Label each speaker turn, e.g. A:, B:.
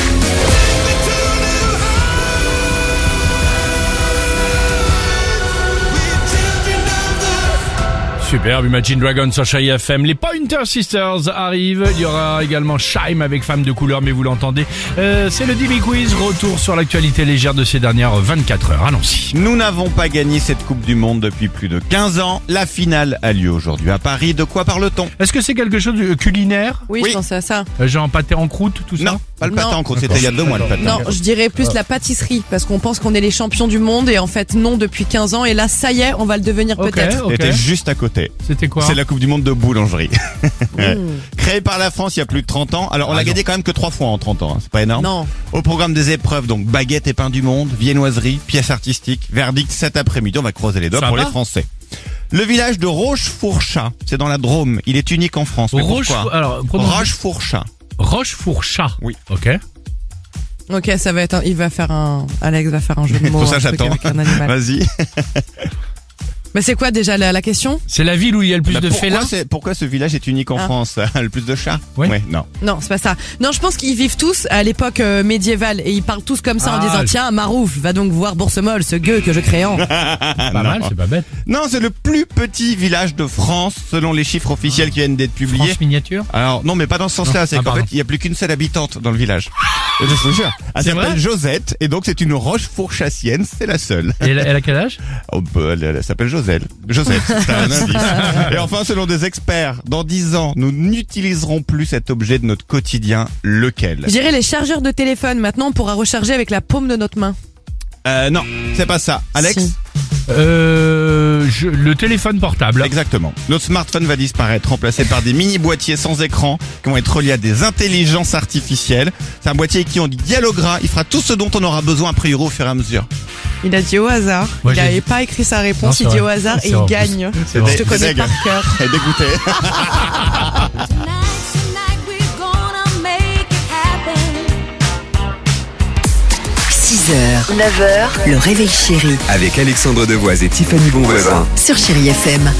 A: Superbe, Imagine Dragons sur Chérie FM. Les Pointer Sisters arrivent. Il y aura également Shime avec Femme de couleur, mais vous l'entendez. Euh, c'est le DB Quiz. Retour sur l'actualité légère de ces dernières 24 heures. Allons-y.
B: Nous n'avons pas gagné cette Coupe du Monde depuis plus de 15 ans. La finale a lieu aujourd'hui à Paris. De quoi parle-t-on
A: Est-ce que c'est quelque chose de culinaire
C: Oui,
B: Oui.
C: je pensais à ça.
A: Euh, Genre pâté en croûte, tout ça
B: Non, pas le
C: Non.
B: patin en croûte. C'était il y a deux mois le patin.
C: Non, je dirais
A: Ah.
C: plus la pâtisserie, parce qu'on pense qu'on est les champions du monde, et en fait non depuis 15 ans, et là ça y est, on va le devenir
A: Ok,
C: peut-être.
A: ok.
B: C'était juste à côté.
A: C'était quoi
B: C'est la Coupe du Monde de boulangerie.
A: Mmh.
B: Créée par la France il y a plus de 30 ans.
A: Ah
B: Alors on l'a gagné quand même que trois fois en 30 ans. hein. C'est pas énorme.
C: Non.
B: Au programme des épreuves, donc baguette et pain du monde, viennoiserie, pièces artistiques, verdict cet après-midi. On va croiser les doigts
A: Ça
B: pour
A: va
B: les Français. Le village de Rochefourchat, c'est dans la Drôme. Il est unique en France. Mais
A: Roche, euh,
B: pourquoi
A: alors, prononce-
B: Rochefourchat.
A: Rochefourchat.
B: Oui.
A: Ok.
C: Ok, ça va être. Un... Il va faire un. Alex va faire un jeu de mots.
B: Pour ça,
C: un truc
B: j'attends.
C: avec un animal.
B: Vas-y.
C: Mais c'est quoi déjà la, la question
A: C'est la ville où il y a le plus
B: Bah,
A: de
B: pourquoi
A: félins.
B: c'est- Pourquoi ce village est unique en
C: Ah.
B: France Le plus de chats
A: Oui.
B: Ouais, non.
C: Non, c'est pas ça. Non, je pense qu'ils vivent tous à l'époque euh, médiévale et ils parlent tous comme ça en
A: Ah,
C: disant
A: je-
C: tiens Marouf, va donc voir Boursemol, ce gueux que je crée en.
B: Ah,
A: Pas mal, c'est pas bête.
B: Non, c'est le plus petit village de France selon les chiffres officiels qui viennent d'être publiés.
A: France miniature.
B: Alors non, mais pas dans ce sens-là. C'est
A: Ah,
B: qu'en
A: pardon.
B: fait, il n'y a plus qu'une seule habitante dans le village. Je te jure. Elle
A: C'est
B: s'appelle
A: vrai
B: Josette et donc c'est une roche fourchassienne. C'est la seule.
A: Et elle, elle a quel âge
B: Oh, bah, elle, elle s'appelle Joselle. Josette. C'est un indice. Et enfin, selon des experts, dans 10 ans, nous n'utiliserons plus cet objet de notre quotidien. Lequel
C: Je dirais les chargeurs de téléphone. Maintenant, on pourra recharger avec la paume de notre main.
B: euh, Non, c'est pas ça. Alex.
C: Si.
A: euh, je- Le téléphone portable.
B: Exactement. Notre smartphone va disparaître, remplacé par des mini boîtiers sans écran qui vont être reliés à des intelligences artificielles. C'est un boîtier qui on dialoguera. Il fera tout ce dont on aura besoin a priori au fur et à mesure.
C: Il a dit au hasard.
A: Moi,
C: il
A: j'ai
C: n'avait
A: dit-
C: pas écrit sa
A: Non,
C: réponse,
A: c'est
C: il dit au
A: vrai.
C: hasard
A: C'est
C: et il
A: vrai.
C: gagne.
A: C'est
C: Je
A: vrai.
C: te connais
B: Deg.
C: par cœur.
B: Elle est dégoûtée.
D: Tonight, tonight we're gonna make it happen.
E: 6h, 9h, le réveil chéri
F: Avec Alexandre Devoise et Tiffany Bonvoisin.
E: sur Chéri FM.